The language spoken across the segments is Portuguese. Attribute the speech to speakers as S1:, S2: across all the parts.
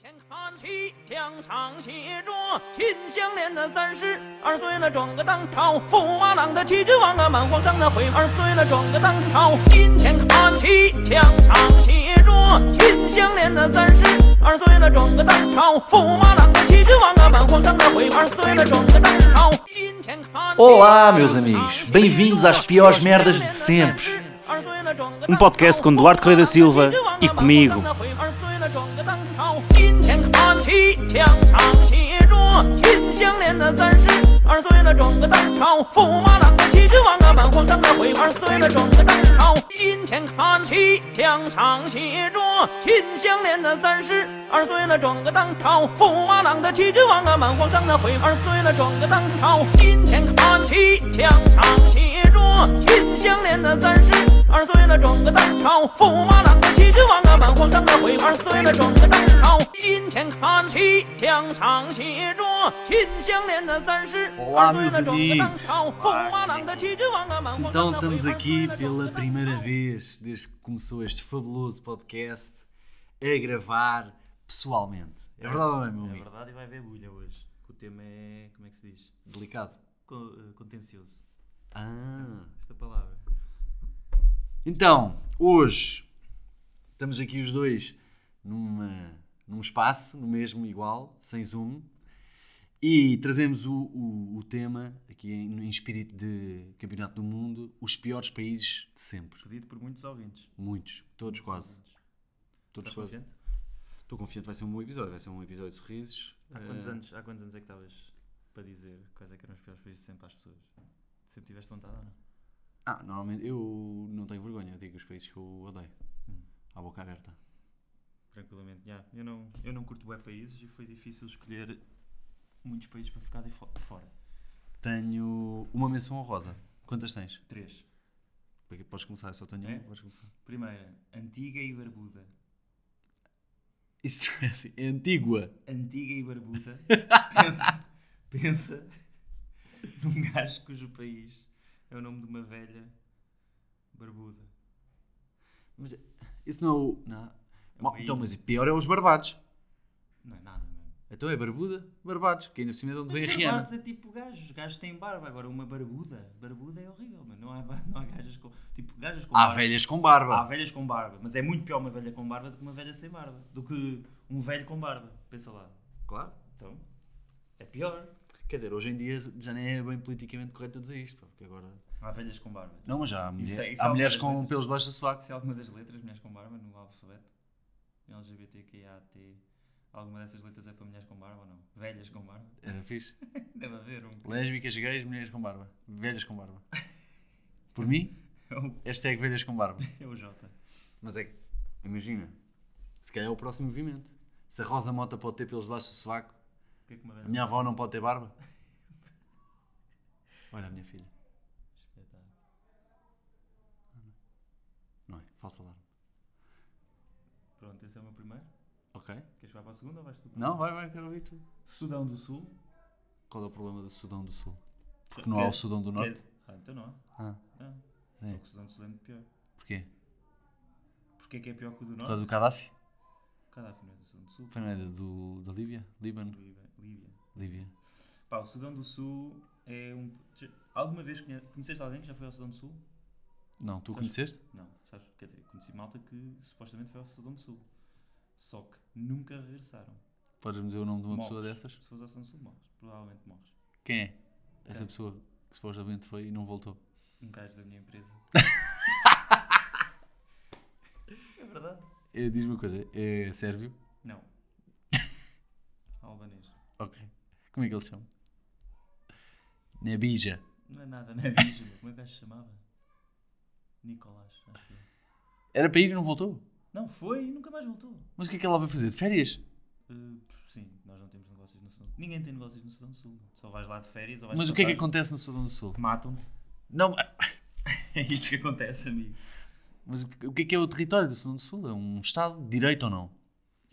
S1: 看齐墙上写着“秦香莲”的三十二岁了，转个当朝；驸马郎的齐君王啊，满皇上的回二岁了，转个当朝。今天看齐墙上写着“秦香莲”的三十二岁了，转个当朝；驸马郎的齐君王啊，满皇上的回二岁了，转个当朝。今天看齐
S2: Olá, meus amigos. Bem-vindos às piores merdas de sempre.
S3: Um podcast com Duarte Correia da Silva e comigo.
S1: Olá, meus
S2: meus amigos.
S1: amigos.
S2: Então estamos aqui pela primeira vez desde que começou este fabuloso podcast a gravar pessoalmente. É verdade ou não é, meu
S4: É
S2: amigo?
S4: verdade e vai haver bulha hoje. que O tema é. como é que se diz?
S2: Delicado.
S4: Co- eh, Contencioso.
S2: Ah.
S4: Esta palavra.
S2: Então, hoje estamos aqui os dois numa, num espaço, no mesmo igual, sem zoom, e trazemos o, o- o tema, aqui em, em espírito de Campeonato do Mundo, os piores países de sempre.
S4: Pedido por muitos ouvintes.
S2: Muitos, Tá todos quase.
S4: Ouvintes.
S2: Todos
S4: Estás
S2: quase.
S4: confiante?
S2: Estou confiante, vai ser um bom episódio, vai ser um episódio de sorrisos.
S4: Há
S2: Eh,
S4: quantos, anos, há quantos anos é que estavas para dizer quais é que eram os piores países sempre às pessoas? Sempre tiveste vontade ou não?
S2: Ah, normalmente eu não tenho vergonha, eu digo os países que eu odeio. À boca aberta.
S4: Tranquilamente, já. Eu, não, eu não curto web países e foi difícil escolher muitos países para ficar de fo- de fora.
S2: Tenho uma menção honrosa. Quantas tens?
S4: Três.
S2: Porque Podes começar, eu só tenho
S4: É?
S2: uma, podes começar.
S4: Primeira, Antiga e Barbuda.
S2: Isso é assim, é antígua.
S4: antiga e barbuda, pensa, pensa num gajo cujo país é o nome de uma velha barbuda.
S2: Mas isso não é o. Não.
S4: É
S2: Bom,
S4: uma
S2: então,
S4: ilha.
S2: mas pior é os barbados.
S4: Não é nada, mano.
S2: Então é barbuda, barbados, que ainda por cima é de onde vem a
S4: Mas
S2: Rihanna.
S4: barbados é tipo gajos, gajos têm barba. Agora, uma barbuda, barbuda é horrível, mano. Não há, ba- não há gajas com. Tipo, gajas com
S2: Há
S4: barba.
S2: velhas com
S4: Há
S2: barba.
S4: velhas com barba, mas é muito pior uma velha com barba do que uma velha sem barba. Do que um velho com barba. Pensa lá.
S2: Claro.
S4: Então, é pior.
S2: Quer dizer, hoje em dia já nem é bem politicamente correto eu dizer isto, pá, porque agora.
S4: Há velhas com barba.
S2: Não, mas já há, mulher-
S4: Isso é- isso
S2: há
S4: é
S2: mulheres
S4: outras
S2: com
S4: letras.
S2: pelos baixos da sovaco.
S4: Se alguma das letras, mulheres com barba, no alfabeto, LGBTQIAT, alguma dessas letras é para mulheres com barba ou não? Velhas com barba?
S2: Era É, fixe.
S4: Deve haver um.
S2: Lésbicas, gays, mulheres com barba. Velhas com barba. Por mim,
S4: É o-
S2: hashtag velhas com barba.
S4: É o J.
S2: Mas é que, imagina, se calhar é o próximo movimento. Se a Rosa Mota pode ter pelos baixos do sovaco,
S4: O que é que uma
S2: A
S4: velha.
S2: minha avó não pode ter barba? Olha a minha filha.
S4: Espetáculo.
S2: Não é? Falso alarme.
S4: Pronto, esse é o meu primeiro.
S2: Ok?
S4: Queres chegar para o segundo ou vais tu?
S2: Não, vai, vai, quero ouvir tu.
S4: Sudão do Sul.
S2: Qual é o problema do Sudão do Sul? Porque não há o
S4: Quer-
S2: Sudão do
S4: quer-
S2: Norte?
S4: Ah, então não há.
S2: Ah,
S4: Ah,
S2: É.
S4: Só que o Sudão do Sul é muito pior.
S2: porquê?
S4: Porquê que é pior que o do
S2: Por
S4: Norte?
S2: causa do Gaddafi?
S4: Gaddafi não é do Sudão do Sul.
S2: Foi não é do, da Líbia? Líbano?
S4: Líbia. Líbia.
S2: Líbia.
S4: Pá, o Sudão do Sul é um. já- Alguma vez conhe- conheceste alguém que já foi ao Sudão do Sul?
S2: Não, tu
S4: Sabes-
S2: conheceste?
S4: Não, sabes? Quer dizer, conheci malta que supostamente foi ao Sudão do Sul. Só que nunca regressaram.
S2: Podes-me dizer o nome de uma
S4: Morres.
S2: pessoa dessas?
S4: Se fores ao Sudão do Sul, morres. Provavelmente morres.
S2: Quem é? Essa
S4: Quem?
S2: pessoa que supostamente foi e não voltou.
S4: Um gajo da minha empresa. é verdade?
S2: Eh, Diz-me uma coisa, é sérvio?
S4: Não. Albanês.
S2: Ok. Como é que ele se chama? Nebija.
S4: Não é nada, não é mesmo. Como é que o gajo se chamava? Nicolás, acho eu.
S2: Era para ir e não voltou?
S4: Não, foi e nunca mais voltou.
S2: Mas o que é que ela vai fazer? De férias?
S4: Uh, sim, nós não temos negócios no Sudão. Ninguém tem negócios no Sudão do Sul. Só vais lá de férias ou vais
S2: Mas o que é que
S4: passar-
S2: acontece no Sudão do Sul?
S4: Matam-te.
S2: Não,
S4: É isto que acontece, amigo.
S2: Mas o que- o que é que é o território do Sudão do Sul? É um Estado de direito ou não?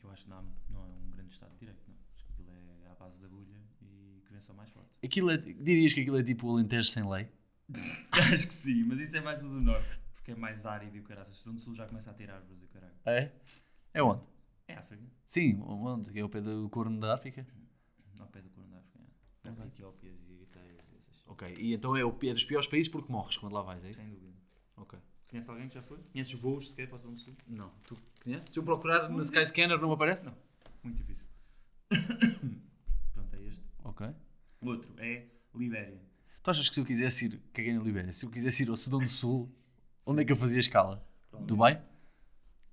S4: Eu acho que não, não é um grande estado de direito, não. Acho que aquilo é à base da bulha e que vem só mais forte.
S2: Aquilo é, dirias que aquilo é tipo o Alentejo sem lei?
S4: acho que sim, mas isso é mais o do norte, porque é mais árido e o caralho. O Sudão do Sul já começa a ter árvores e o caralho.
S2: É? É onde?
S4: É África.
S2: Sim, onde? É o pé do corno da África?
S4: Não, pé do corno da África. é. Perto de Etiópias e Eritreias e essas.
S2: Ok, e então é, o, é dos piores países porque morres quando lá vais, é isso?
S4: Sem dúvida.
S2: Ok.
S4: Conhece alguém que já foi? Conheces voos sequer para o Sul do Sul?
S2: Não. Tu conheces? Se eu procurar na Skyscanner não aparece? Hum. Não.
S4: Muito difícil. Pronto, é este.
S2: Ok.
S4: Outro é Libéria.
S2: Tu achas que se eu quisesse ir, caguei na Libéria, se eu quisesse ir ao Sudão do Sul, onde é que eu fazia escala? Dubai?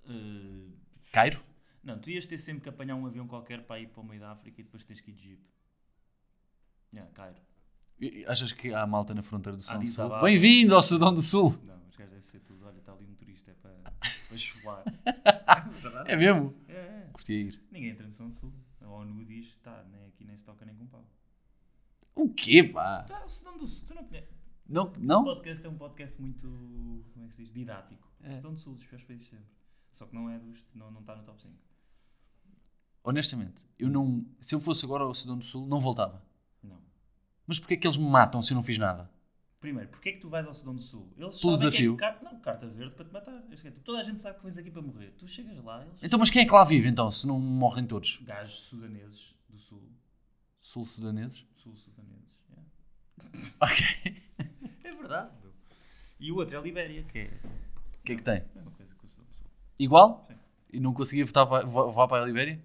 S4: Eh,
S2: Cairo?
S4: não, tu ias ter sempre que apanhar um avião qualquer para ir para o meio da África e depois tens que ir de jeep. Yeah, Cairo.
S2: E- e Achas que há malta na fronteira do Sudão do
S4: Addis
S2: Sul?
S4: Ababa.
S2: Bem-vindo ao Sudão do Sul!
S4: Não, os gajos devem ser tudo. Olha, está ali um turista, é para, para esfolar.
S2: É mesmo?
S4: é, é.
S2: Curtia ir.
S4: Ninguém entra no São Sul. A ONU diz: tá, nem aqui nem se toca nem com um pau.
S2: O quê, pá?
S4: Tá, o Sudão do Sul, tu não conheces.
S2: Não?
S4: O
S2: não?
S4: podcast é um podcast muito. Como é que se diz? Didático. O Sudão do Sul, dos piores países sempre. Só que não é dos. Não, não está no top 5.
S2: Honestamente, eu não. Se eu fosse agora ao Sudão do Sul, não voltava.
S4: Não.
S2: Mas porquê é que eles me matam se eu não fiz nada?
S4: Primeiro, porquê é que tu vais ao Sudão do Sul? Eles
S2: Pelo
S4: sabem que
S2: desafio.
S4: é car- não, carta verde para te matar. Eu sei que toda a gente sabe que vens aqui para morrer. Tu chegas lá, eles.
S2: Então, mas quem é que lá vive então, se não morrem todos?
S4: Gajos sudaneses do Sul.
S2: Sul-sudaneses?
S4: Sul-sudaneses. yeah.
S2: Ok.
S4: É verdade. meu. E o outro é a Libéria, que é
S2: O que é que tem?
S4: a mesma coisa que o Sudão do Sul.
S2: Igual?
S4: Sim.
S2: E não conseguia votar para, vo- voar para a Libéria?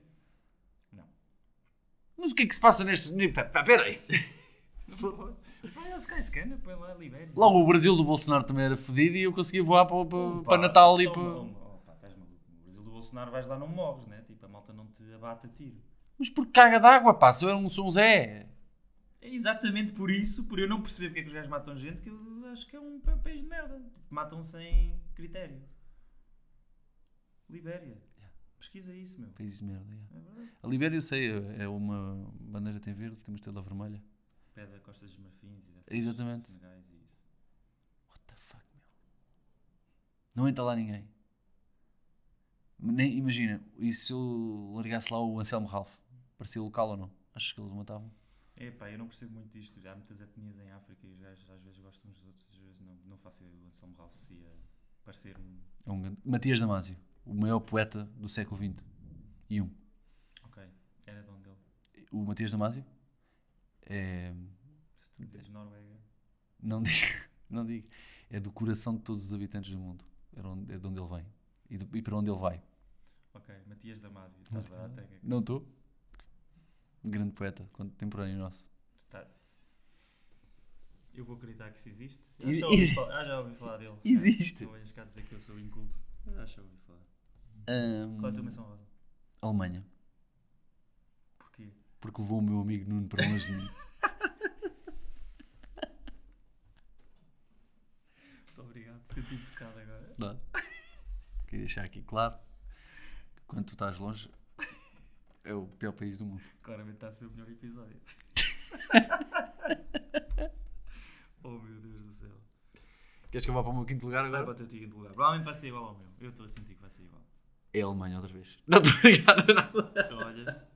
S4: Não.
S2: Mas o que é que se passa neste. Espera aí!
S4: Vai ao Skyscanner, põe lá a Libéria.
S2: Lá o Brasil do Bolsonaro também era fodido e eu conseguia voar para, para,
S4: Opa,
S2: para Natal e
S4: toma,
S2: para.
S4: toma. Opa, estás maluco. No Brasil do Bolsonaro vais lá não morres, né? Tipo, a malta não te abate a tiro.
S2: Mas porque caga d'água, pá, se eu era um São Zé.
S4: É exatamente por isso, por eu não perceber porque é que os gajos matam gente, que eu acho que é um pa- país de merda. Tipo, Matam sem critério. Libéria. Pesquisa isso, meu.
S2: País de merda, é. A Libéria eu sei, é é uma bandeira tem verde, temos tela vermelha.
S4: Pedra Costa dos Marfins e dessas
S2: Exatamente.
S4: Senegais e isso.
S2: What the fuck, meu? Não entra lá ninguém. Nem, imagina, e se eu largasse lá o Anselmo Ralph? Parecia local ou não? Achas que eles o matavam?
S4: É pá, eu não percebo muito disto. Há muitas etnias em África e os gajos às vezes gostam uns dos outros, às vezes não. Não faço ideia do Anselmo Ralph se ia parecer um.
S2: É um grande... Matias Damasio, o maior poeta do século XX e um.
S4: Ok, era de onde ele.
S2: O Matias Damasio é.
S4: Se tu meteres Noruega.
S2: Não digo, não digo. É do coração de todos os habitantes do mundo. Era onde- é de onde ele vem e, do- e para onde ele vai.
S4: Ok, Matias Damasio, estás lá até que.
S2: Não estou? Um Grande poeta contemporâneo nosso.
S4: Tá. Eu vou acreditar que isso existe.
S2: Exi-
S4: Ah, já ouvi,
S2: exi-
S4: falar, ah, já ouvi falar dele.
S2: Existe.
S4: Não venhas cá dizer que eu sou inculto. Ah, já ouvi falar.
S2: Ahm,
S4: Qual é a tua menção rosa?
S2: Alemanha.
S4: Porquê?
S2: Porque levou o meu amigo Nuno para longe de mim.
S4: Muito obrigado, senti tocado agora.
S2: Dá. Queria deixar aqui claro que quando tu estás longe é o pior país do mundo.
S4: Claramente está a ser o melhor episódio. oh meu Deus do céu.
S2: Queres que eu vá para o meu quinto lugar
S4: Vai para o
S2: agora?
S4: teu quinto lugar. Provavelmente vai ser igual ao meu. Eu estou a sentir que vai ser igual.
S2: É a Alemanha outra vez. Não estou obrigado, não.
S4: Então, olha.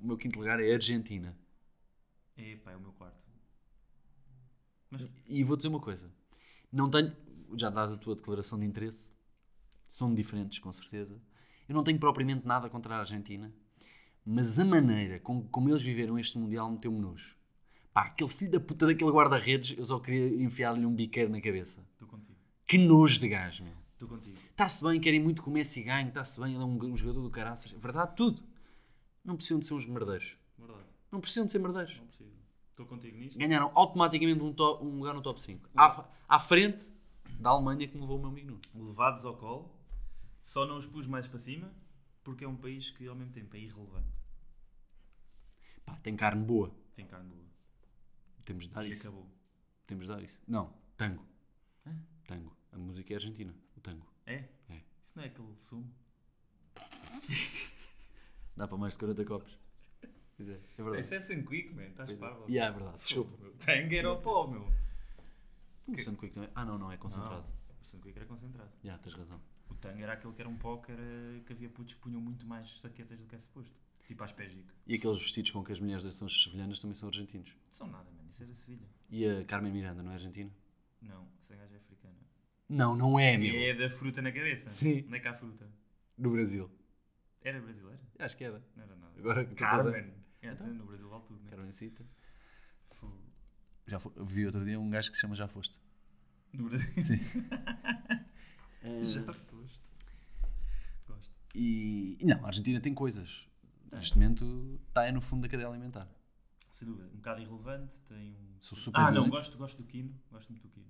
S2: O meu quinto lugar é a Argentina.
S4: Epá, é o meu quarto.
S2: E vou dizer uma coisa: não tenho. Já dás a tua declaração de interesse, são diferentes, com certeza. Eu não tenho propriamente nada contra a Argentina, mas a maneira com, como eles viveram este Mundial meteu-me nojo. Pá, aquele filho da puta daquele guarda-redes, eu só queria enfiar-lhe um biqueiro na cabeça.
S4: Estou contigo.
S2: Que nojo de gajo, meu.
S4: Estou contigo.
S2: Está-se bem, querem muito que o Messi ganhe, está-se bem, ele é um, um jogador do caraças, verdade, tudo. Não precisam de ser uns merdeiros.
S4: Verdade.
S2: Não precisam de ser merdeiros
S4: Não preciso. Estou contigo nisto.
S2: ganharam automaticamente um, to- um lugar no top 5. À, à frente da Alemanha que me levou o meu amigo Nuno.
S4: levados ao colo, só não os pus mais para cima, porque é um país que ao mesmo tempo é irrelevante.
S2: Pá, tem carne boa.
S4: Tem carne boa.
S2: Temos de dar
S4: E
S2: É isso.
S4: acabou.
S2: Temos de dar isso. Não, tango. Tango. A música é argentina. O tango.
S4: É?
S2: É.
S4: Isso não é aquele sumo?
S2: Dá para mais de 40 copos. Pois é, é verdade.
S4: Isso é sanquico, man. Estás parvo.
S2: E é verdade. Desculpa.
S4: Tango era ao pó, meu.
S2: O Sunquick também. Ah, não, não, é concentrado.
S4: O sanquico era concentrado.
S2: Já, tens razão.
S4: O tango era aquele que era um pó que, era- que havia putos que punham muito mais saquetas do que é suposto. Tipo aspergico.
S2: E aqueles vestidos com que as mulheres das são sevilhanas também são argentinos.
S4: Não são nada, mano. Isso é da Sevilha.
S2: E a Carmen Miranda não é argentina?
S4: Não, essa gaja é africana.
S2: Não, não é,
S4: É da fruta na cabeça.
S2: Sim.
S4: Onde é que há fruta?
S2: no Brasil.
S4: Era brasileira?
S2: Acho que era.
S4: Não era nada.
S2: Agora que tu
S4: Carmen. É,
S2: Então?
S4: No Brasil vale tudo, né?
S2: Carmencita.
S4: Fogo.
S2: Já fo- vi outro dia um gajo que se chama Já Foste.
S4: No Brasil.
S2: Sim. Hum.
S4: Já foste. Gosto.
S2: E não, a Argentina tem coisas.
S4: É.
S2: Neste momento está no fundo da cadeia alimentar.
S4: Sem dúvida. Um bocado irrelevante. Tem um.
S2: Sou super
S4: Ah, não,
S2: violento.
S4: gosto, gosto do Kino. Gosto muito do Kino.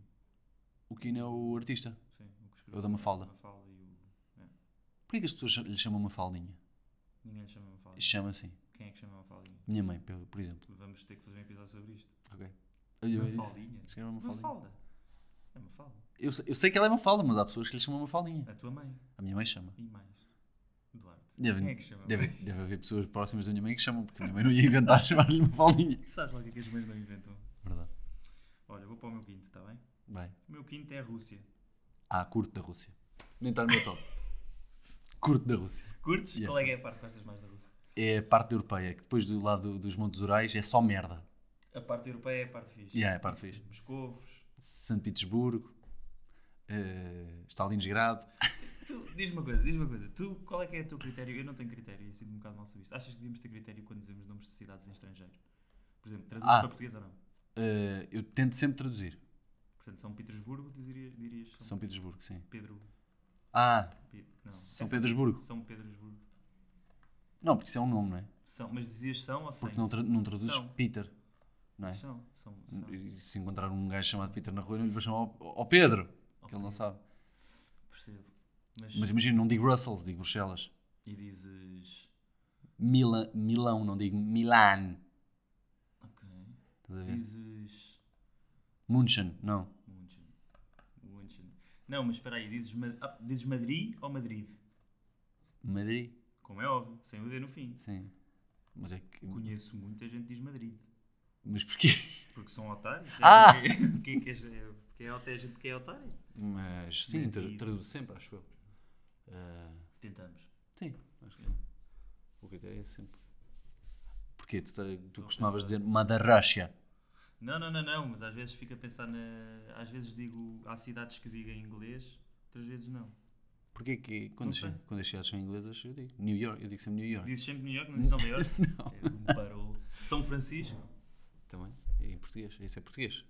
S2: O Kino é o artista.
S4: Sim, o que escreveu.
S2: Eu dou uma falda.
S4: Mafalda e o.
S2: Porquê que as pessoas lhe chamam uma faldinha?
S4: Ninguém lhe chama Mafalda.
S2: Chama assim.
S4: Quem é que chama Mafaldinha?
S2: Minha mãe, por por exemplo.
S4: Vamos ter que fazer um episódio sobre isto.
S2: Ok. Eu, eu,
S4: Mafaldinha?
S2: disse que era uma faldinha.
S4: Mafalda. É Mafalda.
S2: Eu, se- eu sei que ela é uma falda, mas há pessoas que lhe chamam uma faldinha.
S4: A tua mãe.
S2: A minha mãe chama.
S4: E mais. Duarte.
S2: Deve,
S4: Quem é que chama
S2: deve,
S4: mais?
S2: deve haver pessoas próximas da minha mãe que chamam, porque a minha mãe não ia inventar chamar-lhe uma faldinha.
S4: Sabes lá o que é que as mães não inventam?
S2: Verdade.
S4: Olha, eu vou para o meu quinto, está bem?
S2: Vai.
S4: O meu quinto é a Rússia.
S2: Ah, curto da Rússia. Nem está no meu top. curto da Rússia.
S4: Curtes?
S2: Yeah.
S4: Qual é que é a parte que gostas mais da Rússia?
S2: É a parte europeia, que depois do lado do- dos Montes Urais é só merda.
S4: A parte europeia é a parte fixe.
S2: E yeah, é a parte fixe.
S4: Moscovos.
S2: São Petersburgo, eh, Stalingrado.
S4: Tu, diz-me uma coisa, diz-me uma coisa. Tu, qual é que é o teu critério? Eu não tenho critério e sinto um bocado mal sobre isto. Achas que devíamos ter critério quando dizemos nomes de cidades em estrangeiro? Por exemplo, traduzes
S2: Ah.
S4: para português ou não?
S2: Eh, eu tento sempre traduzir.
S4: Portanto, São Petersburgo, dirias, dirias São,
S2: São Petersburgo, sim.
S4: Pedro...
S2: Ah,
S4: Pe- não,
S2: São
S4: é
S2: Petersburgo.
S4: São Petersburgo.
S2: Não, porque isso é um nome, não é?
S4: São, mas dizias São ou Sem?
S2: Porque não, tra não traduzes
S4: São.
S2: Peter, não é?
S4: São, são, são.
S2: E Se encontrar um gajo chamado Peter na rua, não lhe vou chamar ao, ao Pedro, que ele não sabe.
S4: Percebo.
S2: Mas imagina, não digo Brussels, digo Bruxelas.
S4: E dizes...
S2: Mila, Milão, não digo Milan.
S4: Ok.
S2: Estás a ver?
S4: Dizes...
S2: München, não.
S4: München. München. Não, mas espera aí. Dizes, Ma- ah, dizes Madrid ou Madrid?
S2: Madrid,
S4: Como é óbvio. Sem o D no fim.
S2: sim. Mas é que.
S4: Conheço muita gente que diz Madrid.
S2: Mas porquê?
S4: Porque são otários. é?
S2: Ah!
S4: Porque, porque, é que és- é- porque é otário, é gente que é otário.
S2: Mas sim, tra
S4: Madrid.
S2: traduzo sempre, acho eu. Ah,
S4: Tentamos.
S2: sim, acho que sim. O critério é sempre. Porquê? Tu, te- tu
S4: a
S2: costumavas
S4: pensar.
S2: dizer Madarracha.
S4: Não, não, não, não. Mas às vezes fico a pensar na... Às vezes digo... Há cidades que digo em inglês. Outras vezes não.
S2: Porquê que quando,
S4: sei.
S2: as- quando as cidades são inglesas eu digo New York, eu digo sempre New York.
S4: Dizes sempre New York, não dizes Nova York? É um barulho. São Francisco?
S2: Também, é em português, isso é português.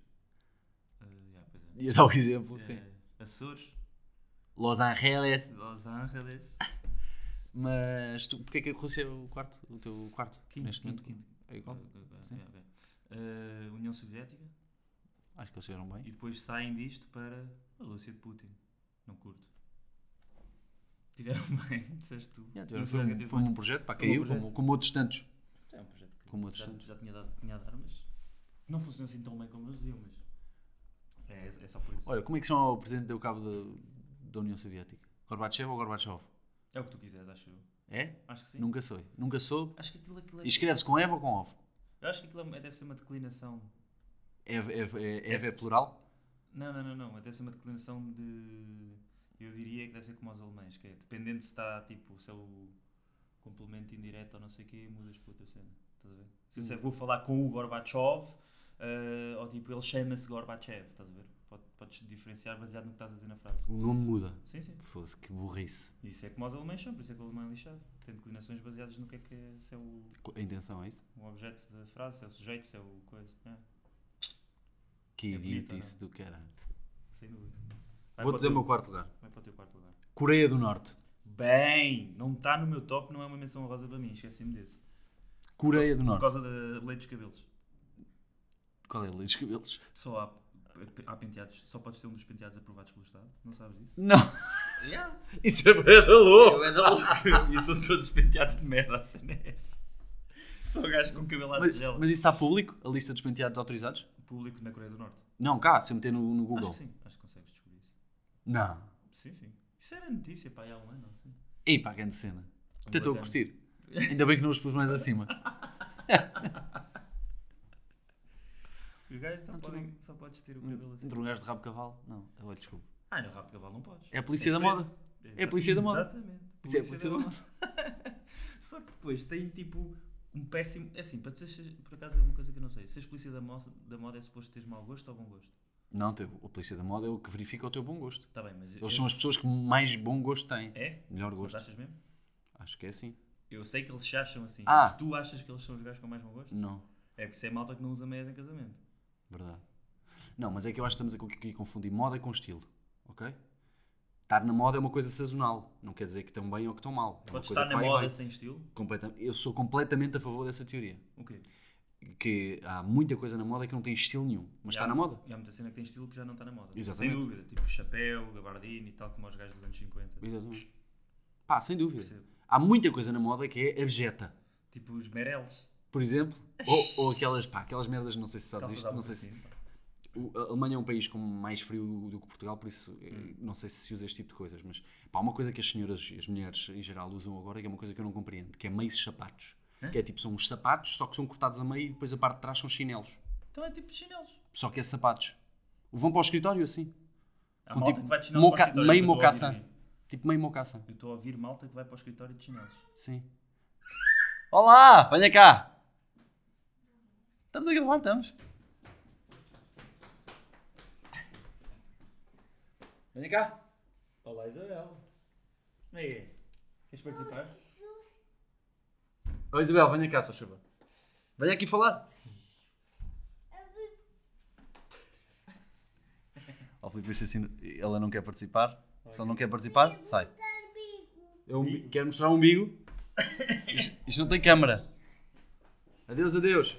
S4: Ah, já, pois é.
S2: E é só o exemplo, sim.
S4: Eh, Açores?
S2: Los Angeles.
S4: Los Angeles?
S2: Mas tu, porquê que a Rússia é o quarto, o teu quarto?
S4: Quinto,
S2: neste momento
S4: quinto, quinto.
S2: é igual?
S4: Ah,
S2: Sim.
S4: é, ok. Ah, União Soviética
S2: Acho que é eles chegaram bem.
S4: e depois saem disto para a Rússia de Putin. Não curto. Tiveram bem, disseste tu.
S2: Yeah, tiveram-
S4: Não sei
S2: foi,
S4: o que
S2: um,
S4: teve
S2: foi um
S4: bem.
S2: projeto, pá,
S4: Foi um bom
S2: caiu, como,
S4: projeto.
S2: como outros tantos.
S4: É um projeto que
S2: Como outros
S4: já,
S2: tantos.
S4: já tinha dado tinha a dar, mas não funcionou assim tão bem como eles diziam, mas é, é só por isso.
S2: Olha, como é que chama o presidente deu cabo da, da União Soviética? Gorbachev ou Gorbachev?
S4: É o que tu quiseres, acho eu.
S2: É?
S4: Acho que sim.
S2: Nunca soube. Nunca soube.
S4: Acho que aquilo, aquilo é.
S2: E escreve-se com Eva ou com Ovo?
S4: Eu acho que aquilo é- deve ser uma declinação.
S2: Ev, ev, é- ev é plural?
S4: Não, não, não, não. É, Deve ser uma declinação de. Eu diria que deve ser como aos alemães, que é dependendo se está tipo, se é o complemento indireto ou não sei o quê, mudas para outra cena. Estás a ver? Se eu disser, vou falar com o Gorbachev, eh, ou tipo, ele chama-se Gorbachev, estás a ver? Pode- Podes diferenciar baseado no que estás a dizer na frase.
S2: O nome muda.
S4: Sim, sim.
S2: Fosse que burrice.
S4: Isso é como aos alemães são, por isso é que o alemão é lixado. Tem declinações baseadas no que é que é, se é o,
S2: A intenção é isso?
S4: o objeto da frase, se é o sujeito, se é o coisa. É,
S2: Que
S4: É bonito,
S2: idiotice do que era.
S4: sem dúvida. Vai para
S2: Vou
S4: o
S2: dizer o
S4: teu-
S2: meu quarto lugar.
S4: Vai para o teu quarto lugar.
S2: Coreia do Norte.
S4: Bem, não está no meu top, não é uma menção rosa para mim, esqueci-me desse.
S2: Coreia do
S4: Por
S2: Norte.
S4: causa da lei dos cabelos.
S2: Qual é a lei dos cabelos?
S4: Só há, há penteados, só podes ter um dos penteados aprovados pelo Estado, não sabes disso?
S2: Não. Isso é bad louco.
S4: e são todos penteados de merda, a cena é essa. Só gajo com cabelo à
S2: Mas,
S4: tigela.
S2: mas isso está público? A lista dos penteados autorizados?
S4: Público na Coreia do Norte.
S2: Não, cá, se eu meter no, no Google.
S4: Acho que sim, acho que consegues descobrir isso.
S2: Não.
S4: Sim, sim. Isso era notícia, pá, há um ano, não sei.
S2: E pá, grande cena. Até estou a
S4: Bacana.
S2: curtir. Ainda bem que não os pus mais acima.
S4: E o gajo então
S2: tu
S4: podem- só podes ter o cabelo assim.
S2: Entre um gajo de rabo de cavalo? Não, olha, desculpa.
S4: Ah, no rabo de cavalo não podes.
S2: É a polícia da
S4: preso.
S2: moda.
S4: Exato-
S2: É a polícia da moda.
S4: Exatamente.
S2: Isso é a polícia da
S4: Só que depois tem tipo um péssimo. É assim, para tu seres- por acaso é uma coisa que eu não sei. Seres polícia da moda, da moda é suposto teres mau gosto ou bom gosto?
S2: Não, teu- a polícia da moda é o que verifica o teu bom gosto.
S4: Está bem, mas.
S2: Eles são as pessoas que mais bom gosto têm.
S4: É?
S2: Melhor
S4: Mas
S2: gosto.
S4: achas mesmo?
S2: Acho que é assim.
S4: Eu sei que eles se acham assim.
S2: Ah.
S4: Mas tu achas que eles são os gajos com mais bom gosto?
S2: Não,
S4: É porque se é malta que não usa meias em casamento.
S2: É verdade. Não, mas é que eu acho que estamos aqui a confundir moda com estilo, ok? Estar na moda é uma coisa sazonal. Não quer dizer que estão bem ou que estão mal. É uma
S4: Podes
S2: coisa
S4: estar
S2: que
S4: na
S2: vai e
S4: moda
S2: vai.
S4: sem estilo?
S2: Completa- Eu sou completamente a favor dessa teoria.
S4: O quê?
S2: Que há muita coisa na moda que não tem estilo nenhum, mas
S4: E
S2: está
S4: há-
S2: na moda.
S4: E há muita cena que tem estilo que já não está na moda.
S2: Exatamente.
S4: Sem dúvida. Tipo chapéu, gabardine e tal, como aos gajos dos anos 50.
S2: Exatamente. Pá, sem dúvida.
S4: Percebo.
S2: Há muita coisa na moda que é abjeta.
S4: Tipo os mereles.
S2: Por exemplo, ou, ou aquelas, pá, aquelas merdas, não sei se sabes
S4: Calças
S2: isto,
S4: à
S2: não sei se,
S4: mocassim, pá.
S2: O- A Alemanha é um país com mais frio do que Portugal, por isso eh, não sei se se usa este tipo de coisas, mas pá, uma coisa que as senhoras, as mulheres em geral usam agora, que é uma coisa que eu não compreendo, que é meios sapatos. Que é tipo, são uns sapatos, só que são cortados a meio e depois a parte de trás são chinelos.
S4: Então é tipo chinelos.
S2: Só que é sapatos. Vão para o escritório assim.
S4: Há
S2: Com
S4: malta
S2: tipo
S4: que vai de chinelos
S2: moca-
S4: para o escritório.
S2: meio
S4: eu estou a ouvir
S2: mocaça.
S4: aqui.
S2: Tipo meio mocaça.
S4: Eu estou a ouvir malta que vai para o escritório de chinelos.
S2: Sim. Olá, venha cá. Estamos a gravar, estamos. Venha cá.
S4: Olá Isabel. Como é que é? Queres participar?
S2: Ó Isabel, venha cá, só chuva. Venha aqui falar. Ó Filipe, vê se assim ela não quer participar. Se ela não quer participar, sai. Eu quero mostrar o umbigo. Isto, isto não tem câmara. Adeus, adeus.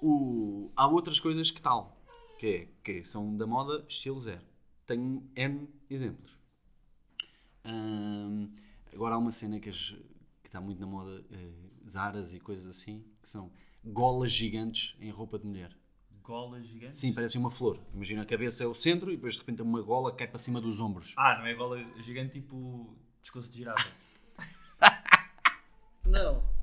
S2: O- há outras coisas que tal. Que, é, que são da moda estilo zero. Tenho N exemplos. Hum, agora há uma cena que, as- que está muito na moda, eh, Zaras e coisas assim, que são golas gigantes em roupa de mulher.
S4: Golas gigantes?
S2: Sim, parece uma flor. Imagina a cabeça é o centro e depois de repente uma gola que cai para cima dos ombros.
S4: Ah, não é gola gigante tipo pescoço de girafa.
S2: Não.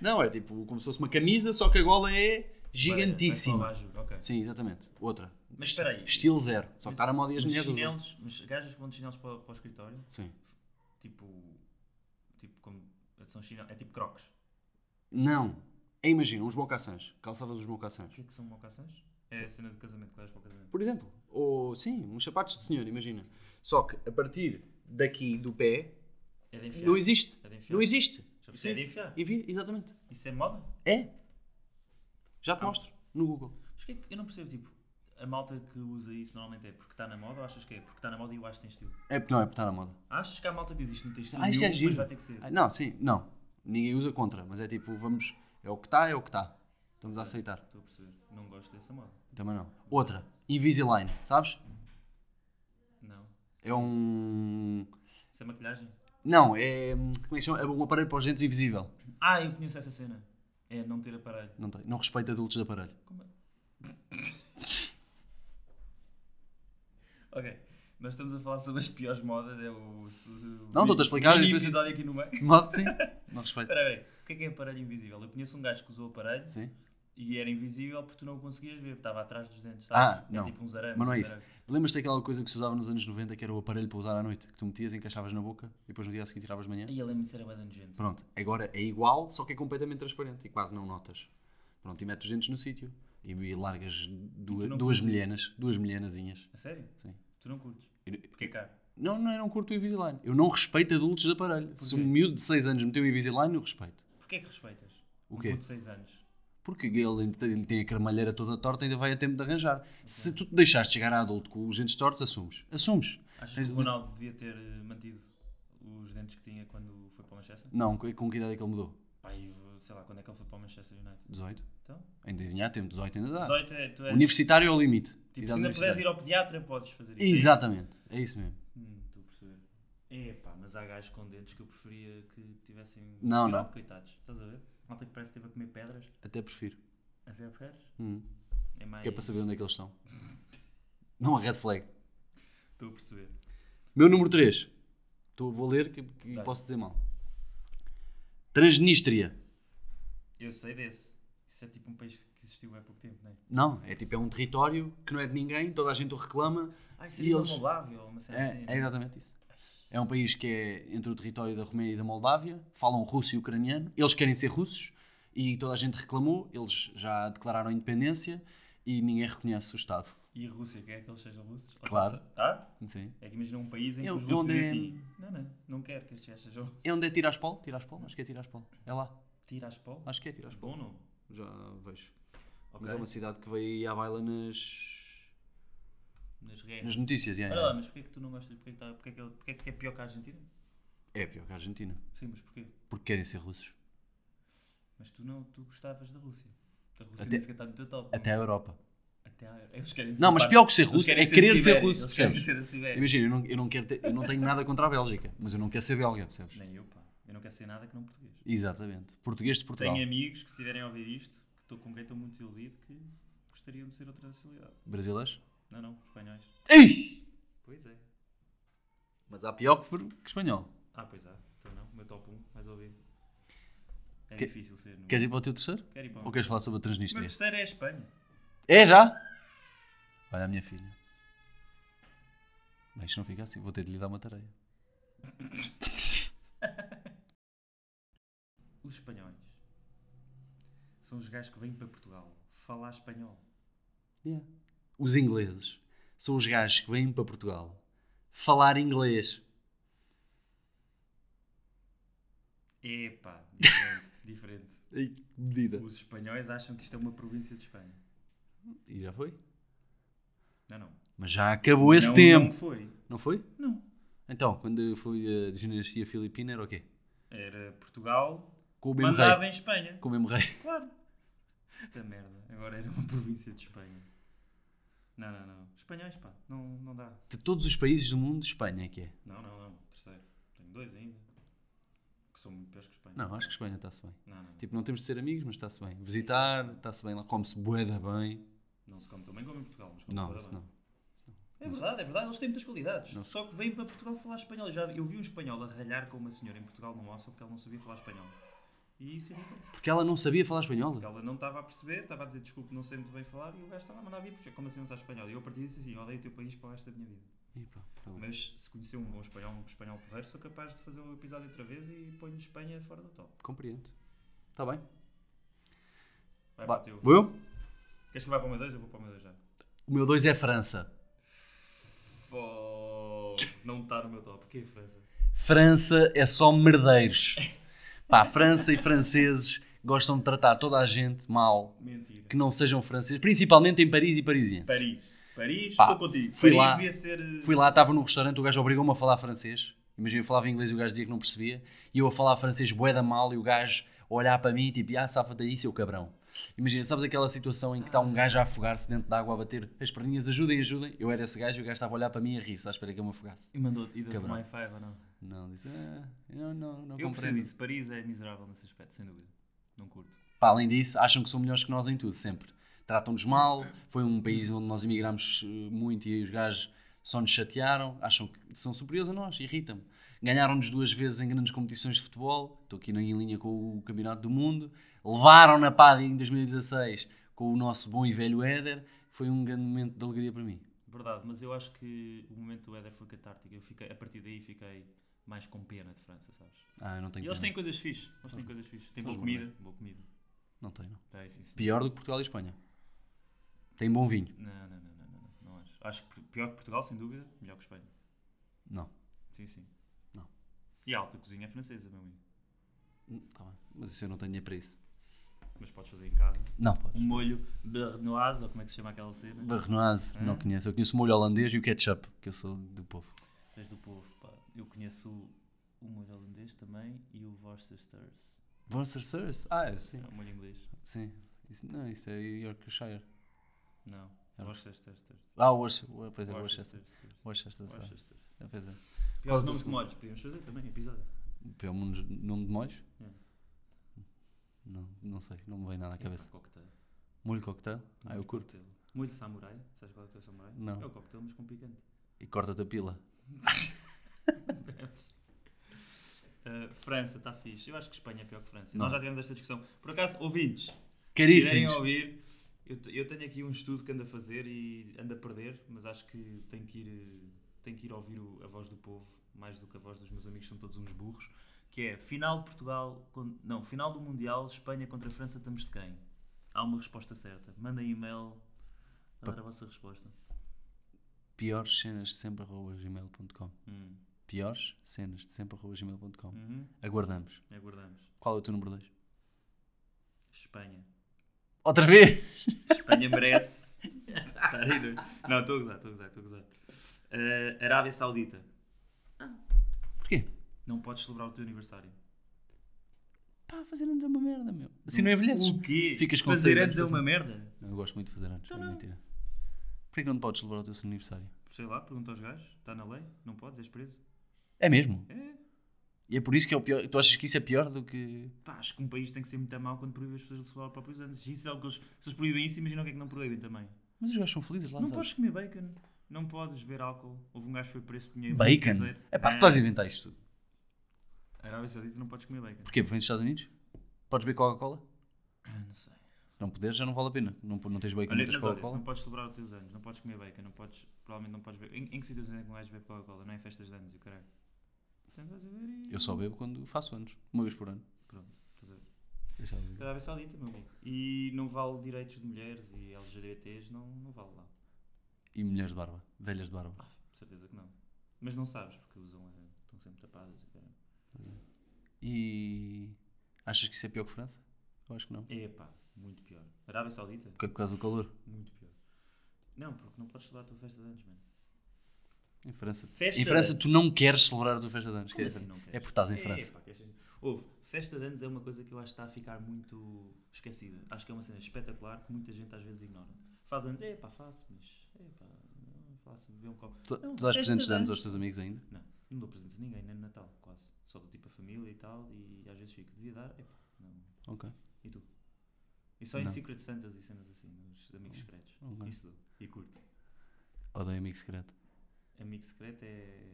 S2: Não, é tipo como se fosse uma camisa, só que a gola é gigantíssima.
S4: Parece um abajur, ok.
S2: Sim, exatamente. Outra.
S4: Mas espera aí.
S2: Estilo zero. Só que está na moda e as
S4: Mas
S2: mulheres usam.
S4: chinelos, mas gajas que vão de chinelos para, para o escritório,
S2: Sim.
S4: tipo. Tipo como. São chinelos. É tipo crocs.
S2: Não. É, Imagina, uns mocassins. Calçavas os mocassins.
S4: O que é que são mocaçãs? É a cena de casamento que levas para o casamento.
S2: Por exemplo. Ou, sim, uns sapatos de senhor, imagina. Só que a partir daqui do pé,
S4: É de enfiar.
S2: não existe.
S4: É de enfiar.
S2: Não existe.
S4: Já percebi, é de enfiar.
S2: E vi, exatamente.
S4: Isso é moda?
S2: É. Já
S4: Ah.
S2: te mostro. No Google.
S4: Mas o que é que eu não percebo, tipo. A malta que usa isso normalmente é porque está na moda ou achas que é? Porque está na moda e eu acho que tem estilo.
S2: É porque não é porque está na moda.
S4: Achas que há malta que diz isto não tem estilo
S2: Ah, isto é
S4: nenhum,
S2: giro.
S4: mas vai ter que ser.
S2: Ah, Não, sim, não. Ninguém usa contra, mas é tipo, vamos. É o que está, é o que está. Estamos a aceitar.
S4: Estou a perceber. Não gosto dessa moda.
S2: Também não. Outra, Invisalign, sabes?
S4: Não.
S2: É um.
S4: Isso é maquilhagem?
S2: Não, é. hum, Como é que se chama? É um aparelho para os dentes invisível.
S4: Ah, eu conheço essa cena. É não ter aparelho.
S2: Não, tem, não respeita adultos de aparelho.
S4: Como é? ok. Nós estamos a falar sobre as piores modas. É o. se- se- o
S2: Não, estou-te a explicar é a
S4: mini
S2: diferença-
S4: episódio aqui no meio.
S2: Modo sim. Não respeita.
S4: Espera aí. O que é que é aparelho invisível? Eu conheço um gajo que usou aparelho
S2: Sim.
S4: e era invisível porque tu não o conseguias ver. Estava atrás dos dentes.
S2: Ah,
S4: sabes?
S2: não.
S4: É tipo uns arames.
S2: Mas não é
S4: um
S2: isso.
S4: arame.
S2: Lembras-te daquela coisa que se usava nos anos 90 que era o aparelho para usar à noite? Que tu metias, encaixavas na boca e depois no dia a seguir tiravas de manhã?
S4: Aí ele lembro-me de ser abadão de gente.
S2: Pronto, agora é igual, só que é completamente transparente e quase não notas. Pronto, e metes os dentes no sítio e, e largas duas,
S4: tu não
S2: duas
S4: curtes
S2: milhenas, duas milhenazinhas.
S4: A sério?
S2: Sim.
S4: Tu não curtes?
S2: Eu-
S4: Porque é caro.
S2: Não, não, eu não curto o Invisalign. Eu não respeito adultos de aparelho. Se um
S4: quê?
S2: miúdo de 6 anos meteu o Invisalign, eu respeito.
S4: Porquê é que respeitas?
S2: O
S4: Um
S2: quê?
S4: puto de 6 anos.
S2: Porque ele, ainda tem- ele tem a cremalheira toda torta e ainda vai a tempo de arranjar. Se tu te deixaste chegar a adulto com os dentes tortos, assumes. Assumes.
S4: Achas
S2: Tens
S4: que o
S2: de-
S4: Ronaldo devia ter eh, mantido os dentes que tinha quando foi para o Manchester?
S2: Não, com com que idade é que ele mudou?
S4: Pai, eu- sei lá, quando é que ele foi para o Manchester United?
S2: 18?
S4: Então?
S2: Ainda tinha tempo, 18 ainda dá.
S4: 18 é, tu és,
S2: Universitário é o limite.
S4: tipo,
S2: Idade
S4: se ainda puderes
S2: universitária.
S4: ir ao pediatra, podes fazer isso.
S2: Exatamente, é isso mesmo.
S4: Hum, estou a perceber. Epá, mas há gajos com dentes que eu preferia que tivessem
S2: Não,
S4: cuidado,
S2: não.
S4: coitados. Estás a ver? Malta que parece que esteve a comer pedras.
S2: Até prefiro.
S4: Até pedras?
S2: Hum.
S4: É mais...
S2: Que é para saber onde é que eles estão. Não há red flag.
S4: Estou a perceber.
S2: Meu número 3. vou ler que, que
S4: Vai.
S2: posso dizer mal. Transnistria.
S4: Eu sei desse. Isso é tipo um país que existiu há pouco tempo, não é?
S2: Não, é tipo é um território que não é de ninguém, toda a gente o reclama.
S4: Ah, isso
S2: E
S4: é eles...
S2: eles-
S4: uma Moldávia ou uma cena assim.
S2: É, é exatamente isso. É um país que é entre o território da Roménia e da Moldávia, falam russo e ucraniano, eles querem ser russos e toda a gente reclamou, eles já declararam a independência e ninguém reconhece o Estado.
S4: E Rússia, quer que eles sejam russos? Ou
S2: Claro.
S4: seja, Ah?
S2: Sim.
S4: É que imagina um país em que
S2: Eu-
S4: os russos
S2: onde é-
S4: dizem assim: não, não, não quero que estes gajos sejam russos.
S2: É onde é Tiraspol? Tiraspol? Acho que é Tiraspol. É lá.
S4: Tira as pó.
S2: Acho que é Tiraspol.
S4: Bom nome.
S2: Já vejo.
S4: Ok.
S2: Mas é uma cidade que veio aí à baila nas,
S4: Nas guerras.
S2: nas notícias. já,
S4: Olha lá,
S2: já.
S4: mas porquê é que tu não gostas? Porquê é que, tá- porquê é, que é- porquê é que é pior que a Argentina?
S2: É pior que a Argentina.
S4: Sim, mas porquê?
S2: Porque querem ser russos.
S4: Mas tu não, tu gostavas da Rússia. A Rússia
S2: Até-
S4: nem sequer está no teu top.
S2: Até a Europa.
S4: Até à- eles querem
S2: Não, mas
S4: parte-
S2: pior que ser
S4: eles
S2: russo
S4: querem
S2: é querer ser
S4: Sibéria,
S2: russo,
S4: Eles querem
S2: percebes?
S4: ser da Sibéria.
S2: Imagina, eu não, eu não quero ter- eu não tenho nada contra a Bélgica, mas eu não quero ser belga, percebes?
S4: Nem eu, pá. Eu não quero ser nada que não português.
S2: Exatamente. Português de Portugal.
S4: Tenho amigos que se tiverem a ouvir isto, que estou com quem estou muito desiludido, que gostariam de ser outra nacionalidade.
S2: Brasileiros?
S4: Não, não, espanhóis.
S2: Ei!
S4: Pois é.
S2: Mas há pior que, que espanhol.
S4: Ah, pois há. Então não, o meu top 1, mais ouvido. É
S2: Que-
S4: difícil ser. Não?
S2: Queres ir para o teu terceiro?
S4: Quero ir para o
S2: Ou
S4: meu
S2: queres
S4: terceiro.
S2: falar sobre a
S4: O meu
S2: Transnistria?
S4: terceiro é a Espanha.
S2: É já? Olha a minha filha. Mas isto não fica assim, vou ter de lhe dar uma tarefa.
S4: Os espanhóis são os gajos que vêm para Portugal falar espanhol.
S2: Os ingleses são os gajos que vêm para Portugal falar inglês.
S4: Epá, diferente, diferente.
S2: Ai, que medida.
S4: Os espanhóis acham que isto é uma província de Espanha.
S2: E já foi?
S4: Não, não.
S2: Mas já acabou esse
S4: não, Não
S2: tempo.
S4: foi.
S2: Não foi?
S4: Não.
S2: Então, quando foi a dinastia filipina era o quê?
S4: Era Portugal,
S2: Com o mesmo
S4: mandava
S2: rei.
S4: em Espanha.
S2: Com o mesmo rei.
S4: Claro. Puta merda. Agora era uma província de Espanha. Não, não, não. Espanhóis, pá. Não, não dá.
S2: De todos os países do mundo, Espanha é que é.
S4: Não, não, não. Terceiro. Tenho dois ainda. Que são muito piores que Espanha.
S2: Não, acho que Espanha está-se bem.
S4: Não, não.
S2: Tipo, não temos de ser amigos, mas está-se bem. Visitar, está-se bem. Lá come-se boeda bem.
S4: Não se come tão bem como em Portugal. Mas come
S2: Não,
S4: bué
S2: isso
S4: bem.
S2: não.
S4: É verdade, é verdade, eles têm muitas qualidades.
S2: Não.
S4: Só que vêm para Portugal falar espanhol. Eu Já, eu vi um espanhol a ralhar com uma senhora em Portugal num almoço porque ela não sabia falar espanhol. E isso irritou.
S2: Porque ela não sabia falar espanhol.
S4: Porque ela não estava a perceber, estava a dizer desculpe, não sei muito bem falar, e o gajo estava a mandar vir, porque como assim não sabe espanhol? E eu a partir disso assim, odeio o teu país para o resto da minha vida.
S2: E pá, tá bom.
S4: Mas se conhecer um bom espanhol, um espanhol porreiro, sou capaz de fazer o episódio outra vez e ponho Espanha fora do top.
S2: Compreendo. Está bem.
S4: Vai
S2: Vá.
S4: para o teu.
S2: Vou eu?
S4: Queres que vá para o meu 2? Eu vou para o meu 2 já.
S2: O meu 2 é França.
S4: Fo- Não está no meu top. Que é França?
S2: França é só merdeiros. Pá, França e franceses gostam de tratar toda a gente mal
S4: Mentira.
S2: que não sejam franceses, principalmente em Paris e parisienses.
S4: Paris. Paris,
S2: Pá,
S4: estou contigo.
S2: fui
S4: Paris
S2: lá-
S4: devia ser. eh,
S2: Fui lá, estava num restaurante, o gajo obrigou-me a falar francês. Imagina, eu falava inglês e o gajo dizia que não percebia. E eu a falar francês boeda mal e o gajo a olhar para mim tipo, ah, safa-te aí, seu cabrão. Imagina, sabes aquela situação em que está um gajo a afogar-se dentro de água a bater as perninhas, ajudem, ajudem. Eu era esse gajo e o gajo estava a olhar para mim e a rir-se, à espera que eu me afogasse.
S4: E mandou-te e deu-te
S2: Cabrão.
S4: um high five ou não?
S2: Não, disse, ah, eu não, não
S4: Eu percebo
S2: compreendo.
S4: isso. Paris é miserável nesse aspecto, sem dúvida. Não curto.
S2: Pá, além disso, acham que são melhores que nós em tudo, sempre. Tratam-nos mal, foi um país onde nós emigramos eh, muito e os gajos só nos chatearam, acham que são superiores a nós, irritam-me. Ganharam-nos duas vezes em grandes competições de futebol, estou aqui em linha com o Campeonato do Mundo, levaram na PAD em 2016 com o nosso bom e velho Éder, foi um grande momento de alegria para mim.
S4: Verdade, mas eu acho que o momento do Éder foi catártico. Eu fiquei, a partir daí fiquei mais com pena de França, sabes?
S2: Ah, eu não tenho
S4: E eles têm
S2: pena.
S4: coisas fixe. Eles têm coisas fixe. Tem
S2: São
S4: boa
S2: os né?
S4: comida. Boa comida.
S2: Não tenho, não.
S4: Tá, isso, isso.
S2: Pior do que Portugal e Espanha. Tem bom vinho?
S4: Não, não, não, não, não, não, não acho. Acho que pior que Portugal, sem dúvida, melhor que Espanha.
S2: Não.
S4: Sim, sim.
S2: Não.
S4: E a alta cozinha é francesa, meu amigo.
S2: Hum, Tá bem, mas isso eu não tenho dinheiro para isso.
S4: Mas podes fazer em casa.
S2: Não, pode.
S4: Um molho bernoise, ou como é que se chama aquela cena?
S2: Barrenoise, não conheço. Eu conheço o molho holandês e o ketchup, que eu sou do povo.
S4: Tu és do povo, pá. Eu conheço o- o molho holandês também e o Worcester's.
S2: Worcestershire? Ah, é,
S4: É
S2: sim.
S4: o molho inglês.
S2: Sim. Isso, não, isso é Yorkshire.
S4: Não.
S2: Era-
S4: Worcester's.
S2: Ah, Worcestershire. Pois é, Worcestershire.
S4: Worcester's.
S2: Worcestershire.
S4: Worcester's.
S2: é, Pois é.
S4: Piores
S2: do
S4: nomes de
S2: segundo.
S4: molhos. Podíamos fazer também, episódio.
S2: Pelo menos nome de molhos?
S4: É.
S2: Não, não sei, não me vem nada à cabeça.
S4: Cocktail.
S2: Molho coquetel? Ah, eu curto.
S4: Cocktail. É Molho samurai. Sabes qual é que é o samurai?
S2: Não.
S4: É o cocktail, mas com picante.
S2: E corta-te a pila.
S4: Uh, França, está fixe. Eu acho que Espanha é pior que França.
S2: Não.
S4: Nós já tivemos esta discussão. Por acaso, ouvintes, irem
S2: Caríssimos.
S4: ouvir, eu, te- eu tenho aqui um estudo que ando a fazer e ando a perder, mas acho que tenho que ir, eh, tenho que ir ouvir o- a voz do povo, mais do que a voz dos meus amigos, que são todos uns burros. Que é final de Portugal, con- não, final do Mundial, Espanha contra a França, estamos de quem? Há uma resposta certa. Mandem e-mail a dar a vossa resposta.
S2: Piores cenas de sempre arroba gmail.com.
S4: Hum.
S2: Piores cenas de sempre arroba gmail.com.
S4: Uhum.
S2: Aguardamos.
S4: Aguardamos.
S2: Qual é o teu número 2?
S4: Espanha.
S2: Outra vez?
S4: Espanha merece estar aí. doido. Não, estou a gozar, estou a gozar, estou a gozar. Eh, Arábia Saudita.
S2: Porquê?
S4: Não podes celebrar o teu aniversário.
S2: Pá, fazer anos é uma merda, meu. Assim não envelheces.
S4: O quê?
S2: Ficas com
S4: Fazer
S2: sede,
S4: antes é
S2: fazer-
S4: uma merda?
S2: Não, eu gosto muito de fazer anos.
S4: Então
S2: é
S4: não.
S2: mentira. Porquê que não te podes celebrar o teu aniversário?
S4: Sei lá, pergunta aos gajos. Está na lei? Não podes, és preso.
S2: É mesmo?
S4: É.
S2: E é por isso que é o pior. Tu achas que isso é pior do que.
S4: Pá, acho que um país tem que ser muito mau quando proíbe as pessoas de celebrar os próprios anos. Isso é algo que eles, se eles proíbem isso, imagina o que é que não proíbem também.
S2: Mas os gajos são felizes lá,
S4: Não
S2: sabes?
S4: podes comer bacon, não podes beber álcool. Houve um gajo que foi preso por dinheiro.
S2: Bacon?
S4: caseiro.
S2: É pá, tu estás a inventar isto tudo.
S4: Arábia Saudita não podes comer bacon.
S2: Porquê? Porque vens dos Estados Unidos? Podes beber Coca-Cola?
S4: Ah, não sei.
S2: Se não puderes, já não vale a pena. Não, não tens bacon,
S4: Olha,
S2: não tens
S4: mas olha, se
S2: Coca-Cola.
S4: não podes celebrar os teus anos, não podes comer bacon, não podes, provavelmente não podes beber. Em, em que situações é que um gajo bebe Coca-Cola? Não é em festas de anos e o caralho. Então estás a ver e.
S2: Eu só bebo quando faço anos. Uma vez por ano.
S4: Pronto, estás a ver.
S2: Eu já bebo.
S4: Arábia Saudita, meu amigo. E não vale direitos de mulheres e LGBTs, não, não vale lá.
S2: E mulheres de barba. Velhas de barba.
S4: Com certeza que não. Mas não sabes, porque usam. eh, Estão sempre tapadas e o caralho.
S2: E. Achas que isso é pior que França? Eu acho que não.
S4: É pá, muito pior. Arábia Saudita,
S2: Porque é por causa do calor.
S4: muito pior. Não, porque não podes celebrar a tua festa de anos, mano.
S2: Em França.
S4: Festa
S2: em França,
S4: de-
S2: tu não queres celebrar a tua festa de anos.
S4: Como
S2: que é
S4: assim
S2: diferente.
S4: não queres?
S2: é porque estás em
S4: É,
S2: França.
S4: pá, que estas- Ouve, festa de anos é uma coisa que eu acho que está a ficar muito esquecida. Acho que é uma cena espetacular que muita gente às vezes ignora. Faz anos, é pá, faço, mas é pá, não faço, beber um copo.
S2: Tu,
S4: Não,
S2: tu dás
S4: festa
S2: presentes de
S4: de
S2: anos
S4: anos.
S2: aos teus amigos ainda?
S4: Não, não dou presentes a ninguém, nem no Natal, quase. Só do tipo a família e tal, e às vezes fico, devia dar, é pá, não.
S2: Ok.
S4: E tu? E só em
S2: Não.
S4: Secret Santas e cenas assim, nos amigos secretos.
S2: ok.
S4: Isso dou. E curto.
S2: Odeio amigo secreto.
S4: Amigo secreto é.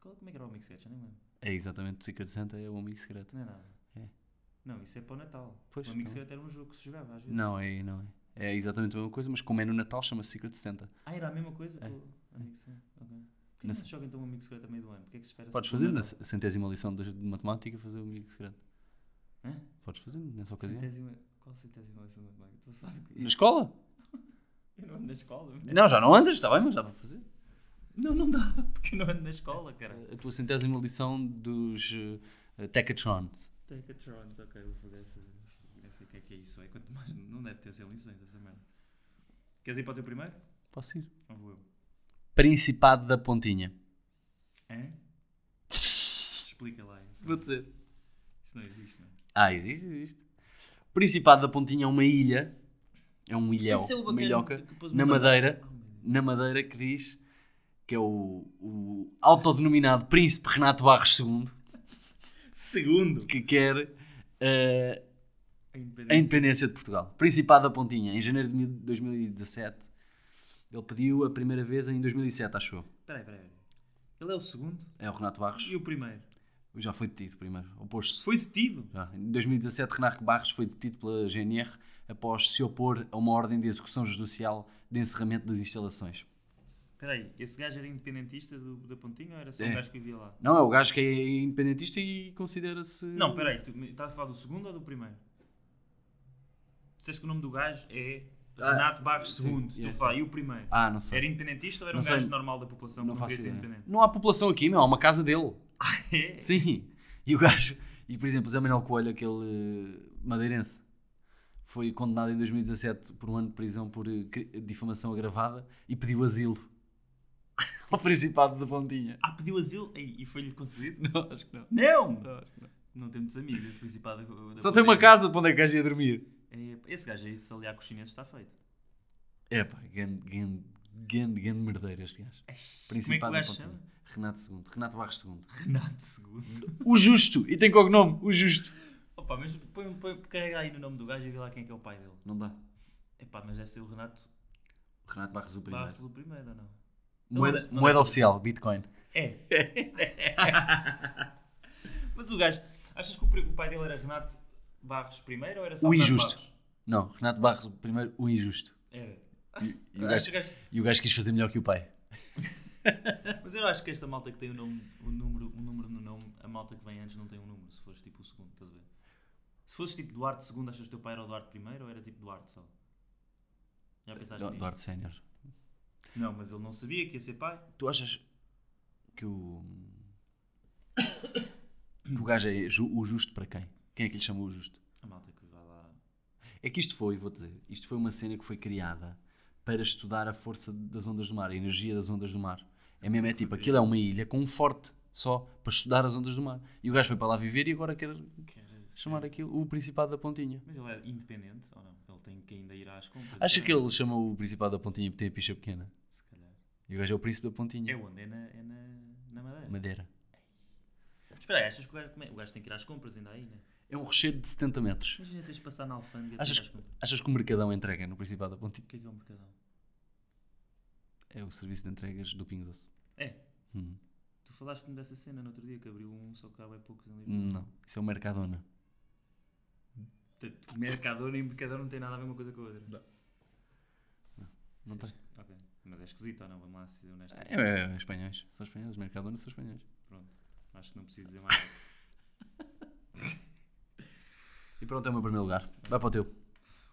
S4: Qual, como é que era o amigo secreto? Já nem me lembro.
S2: É exatamente. O Secret Santa é o amigo secreto.
S4: Não é nada.
S2: É.
S4: Não, isso é para o Natal.
S2: Pois,
S4: o amigo
S2: tá
S4: secreto era um jogo que se jogava às vezes.
S2: Não, é, não é. É exatamente a mesma coisa, mas como é no Natal, chama-se Secret Santa.
S4: Ah, era a mesma coisa
S2: É.
S4: que o amigo secreto. Ok. Porquê que
S2: Não
S4: não
S2: sei.
S4: se joga então um amigo secreto a meio do ano? Porquê é que se espera
S2: Podes
S4: sempre
S2: fazer
S4: o
S2: na
S4: Natal?
S2: centésima lição de de matemática, fazer o amigo secreto.
S4: Hã?
S2: Podes fazer nessa ocasião.
S4: Centésima... Qual centésima lição de matemática? Estou a falar do quê?
S2: Na escola?
S4: Eu não ando na escola. mano.
S2: Não, já não andas, está bem, mas dá para fazer.
S4: Não, não dá. Porque eu não ando na escola, cara.
S2: A tua centésima lição dos uh, Tecatrons.
S4: Tecatrons, ok, vou fazer essa. Não sei o que é que é isso. É quanto mais. Não deve ter sem lições essa merda. Queres ir para o teu primeiro?
S2: Posso ir?
S4: Ou vou eu?
S2: Principado da Pontinha.
S4: Hã? Explica lá isso.
S2: Vou dizer.
S4: Isso não existe, não é?
S2: Ah, existe, existe. Principado da Pontinha é uma ilha. É um ilhéu.
S4: Isso é o
S2: uma
S4: bacana
S2: ilhoca.
S4: que pôs uma
S2: Na
S4: bandeira.
S2: Madeira.
S4: Oh, meu Deus.
S2: Na Madeira que diz que é o, o autodenominado Príncipe Renato Barros II
S4: Segundo.
S2: que quer eh, A
S4: A independência.
S2: independência de Portugal. Principado da Pontinha, em janeiro de mil- 2017. Ele pediu a primeira vez em 2007, achou.
S4: Peraí, peraí, peraí. Ele é o segundo
S2: É o Renato Barros.
S4: e o primeiro.
S2: Já foi detido primeiro. Opôs-se.
S4: Foi detido.
S2: Já. Ah, Em 2017, Renato Barros foi detido pela GNR após se opor a uma ordem de execução judicial de encerramento das instalações.
S4: Peraí, esse gajo era independentista do, da Pontinha ou era só um
S2: É.
S4: gajo que vivia lá?
S2: Não, é o gajo que é independentista e considera-se.
S4: Não, peraí, tu me- estás a falar do segundo ou do primeiro? Disseste que o nome do gajo é
S2: Ah,
S4: Renato Barros
S2: sim,
S4: II.
S2: yeah,
S4: Estou a falar, e o primeiro?
S2: Ah, não sei.
S4: Era independentista ou era
S2: Não
S4: um gajo
S2: sei.
S4: normal da população
S2: Não
S4: que não
S2: faço
S4: queria ser
S2: ideia.
S4: independente?
S2: Não há população aqui, meu. Há uma casa dele.
S4: É.
S2: Sim. E o gajo, e por exemplo, o Zé Manuel Coelho, aquele eh, madeirense, foi condenado em 2017 por um ano de prisão por eh, cri- difamação agravada e pediu asilo ao Principado da Pontinha.
S4: Ah, pediu asilo Ei, e foi-lhe concedido?
S2: Não, acho que não.
S4: Não! Não tem muitos amigos, esse principado. da- da
S2: Só tem uma
S4: Pontinha.
S2: casa para onde é que o gajo ia dormir.
S4: É, esse gajo aí, se aliar com os chineses, está feito.
S2: É pá, grande, grande, grande, grande merdeiro este gajo.
S4: é o
S2: Principado da
S4: gajo se
S2: Pontinha. Renato II, Renato Barros II.
S4: Renato II.
S2: O Justo! E tem cognome, o Justo.
S4: Opa, mas põe, põe, carrega aí no nome do gajo e vê lá quem é que é o pai dele.
S2: Não dá.
S4: Epá, mas deve ser o Renato
S2: Renato Barros I.
S4: Barros o primeiro, ou não?
S2: Moeda,
S4: Não dá- não
S2: moeda
S4: dá.
S2: oficial, Bitcoin.
S4: É. mas o gajo, achas que o, pri- o pai dele era Renato Barros primeiro ou era só
S2: O
S4: Renato
S2: injusto.
S4: Barros?
S2: Não, Renato Barros I, o injusto.
S4: Era.
S2: E o,
S4: Acho
S2: gajo,
S4: que o gajo-
S2: e o gajo quis fazer melhor que o pai.
S4: Mas eu acho que esta malta que tem o nome, o número, o número no nome, a malta que vem antes não tem um número, se fores tipo o segundo, estás a ver? Se fosses tipo Duarte II, achas que o teu pai era o Duarte primeiro ou era tipo Duarte só? Já pensaste
S2: Do-
S4: nisto?
S2: Duarte Sénior.
S4: Não, mas ele não sabia que ia ser pai.
S2: Tu achas que o. que o gajo é ju- o justo para quem? Quem é que lhe chamou o justo?
S4: A malta que vai lá.
S2: É que isto foi, vou dizer, isto foi uma cena que foi criada para estudar a força das ondas do mar, a energia das ondas do mar. É mesmo, é tipo, aquilo é uma ilha com um forte só para estudar as ondas do mar. E o gajo foi para lá viver e agora quer
S4: Quer ser-
S2: chamar aquilo o Principado da Pontinha.
S4: Mas ele é independente ou não? Ele tem que ainda ir às compras.
S2: Acha que ele chamou o Principado da Pontinha porque tem a picha pequena?
S4: Se calhar.
S2: E o gajo é o Príncipe da Pontinha.
S4: É onde? É na, é na, na Madeira.
S2: Madeira.
S4: Espera aí, achas que o gajo, como é? o gajo tem que ir às compras ainda aí, né?
S2: É um rochedo de 70 metros.
S4: Imagina teres de passar na alfândega
S2: Achas,
S4: para ir às compras.
S2: achas que o Mercadão entrega no Principado da Pontinha?
S4: O que é que é um mercadão?
S2: É o serviço de entregas do Pingo Doce.
S4: É.
S2: Hum.
S4: Tu falaste-me dessa cena no outro dia que abriu um, só que há bem poucos em Lisboa.
S2: Não, isso é o Mercadona.
S4: Portanto, Mercadona e mercadão não tem nada a ver uma coisa com a outra.
S2: Não tem.
S4: Ok. Mas é esquisito ou não? Vamos lá ser honesto.
S2: É, é, é espanhóis. São espanhóis. Mercadona são espanhóis.
S4: Pronto. Acho que não preciso dizer mais. nada.
S2: E pronto, é o meu primeiro lugar. Vai para o teu.
S4: o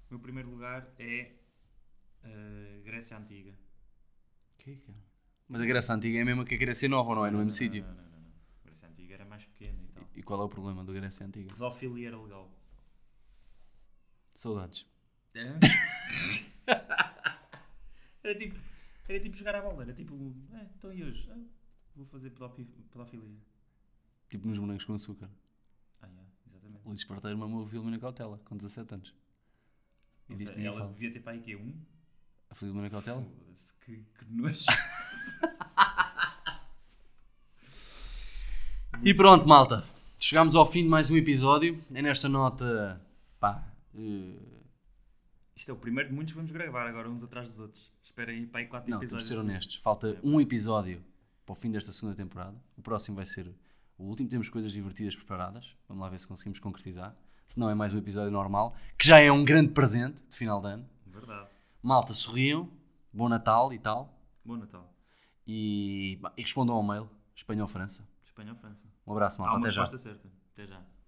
S4: meu primeiro lugar é eh, Grécia Antiga.
S2: Mas a Grécia Antiga é a mesma que a Grécia Nova, ou não é? No mesmo sítio.
S4: Não, não, não, não. Grécia Antiga era mais pequena e tal.
S2: E qual é o problema da Grécia Antiga?
S4: Pedofilia era legal.
S2: Saudades.
S4: era tipo. Era tipo jogar à bola, era tipo. É, então e hoje? Ah, vou fazer pedopi- pedofilia.
S2: Tipo nos morangos com açúcar.
S4: Ah, yeah, exatamente.
S2: Luís Porteiro mamou o Filomena Cautela, com 17 anos. E disse que
S4: Ela
S2: ninguém fala.
S4: devia ter para aí que é um.
S2: A Filomena Cautela?
S4: Foda-se, que, que nojo.
S2: E pronto, malta. Chegámos ao fim de mais um episódio. É nesta nota. pá. eh,
S4: Isto é o primeiro de muitos que vamos gravar agora, uns atrás dos outros. Esperem aí para aí quatro
S2: Não, temos
S4: episódios.
S2: de ser
S4: assim.
S2: honestos. Falta um episódio para o fim desta segunda temporada. O próximo vai ser o último. Temos coisas divertidas preparadas. Vamos lá ver se conseguimos concretizar. Se não é mais um episódio normal, que já é um grande presente de final de ano.
S4: Verdade.
S2: Malta, sorriam. Bom Natal e tal.
S4: Bom Natal.
S2: E, bah, e respondam ao mail. Espanha ou França.
S4: Espanha ou França?
S2: Um abraço,
S4: Há
S2: malta.
S4: uma
S2: Até já.
S4: resposta certa. Até já.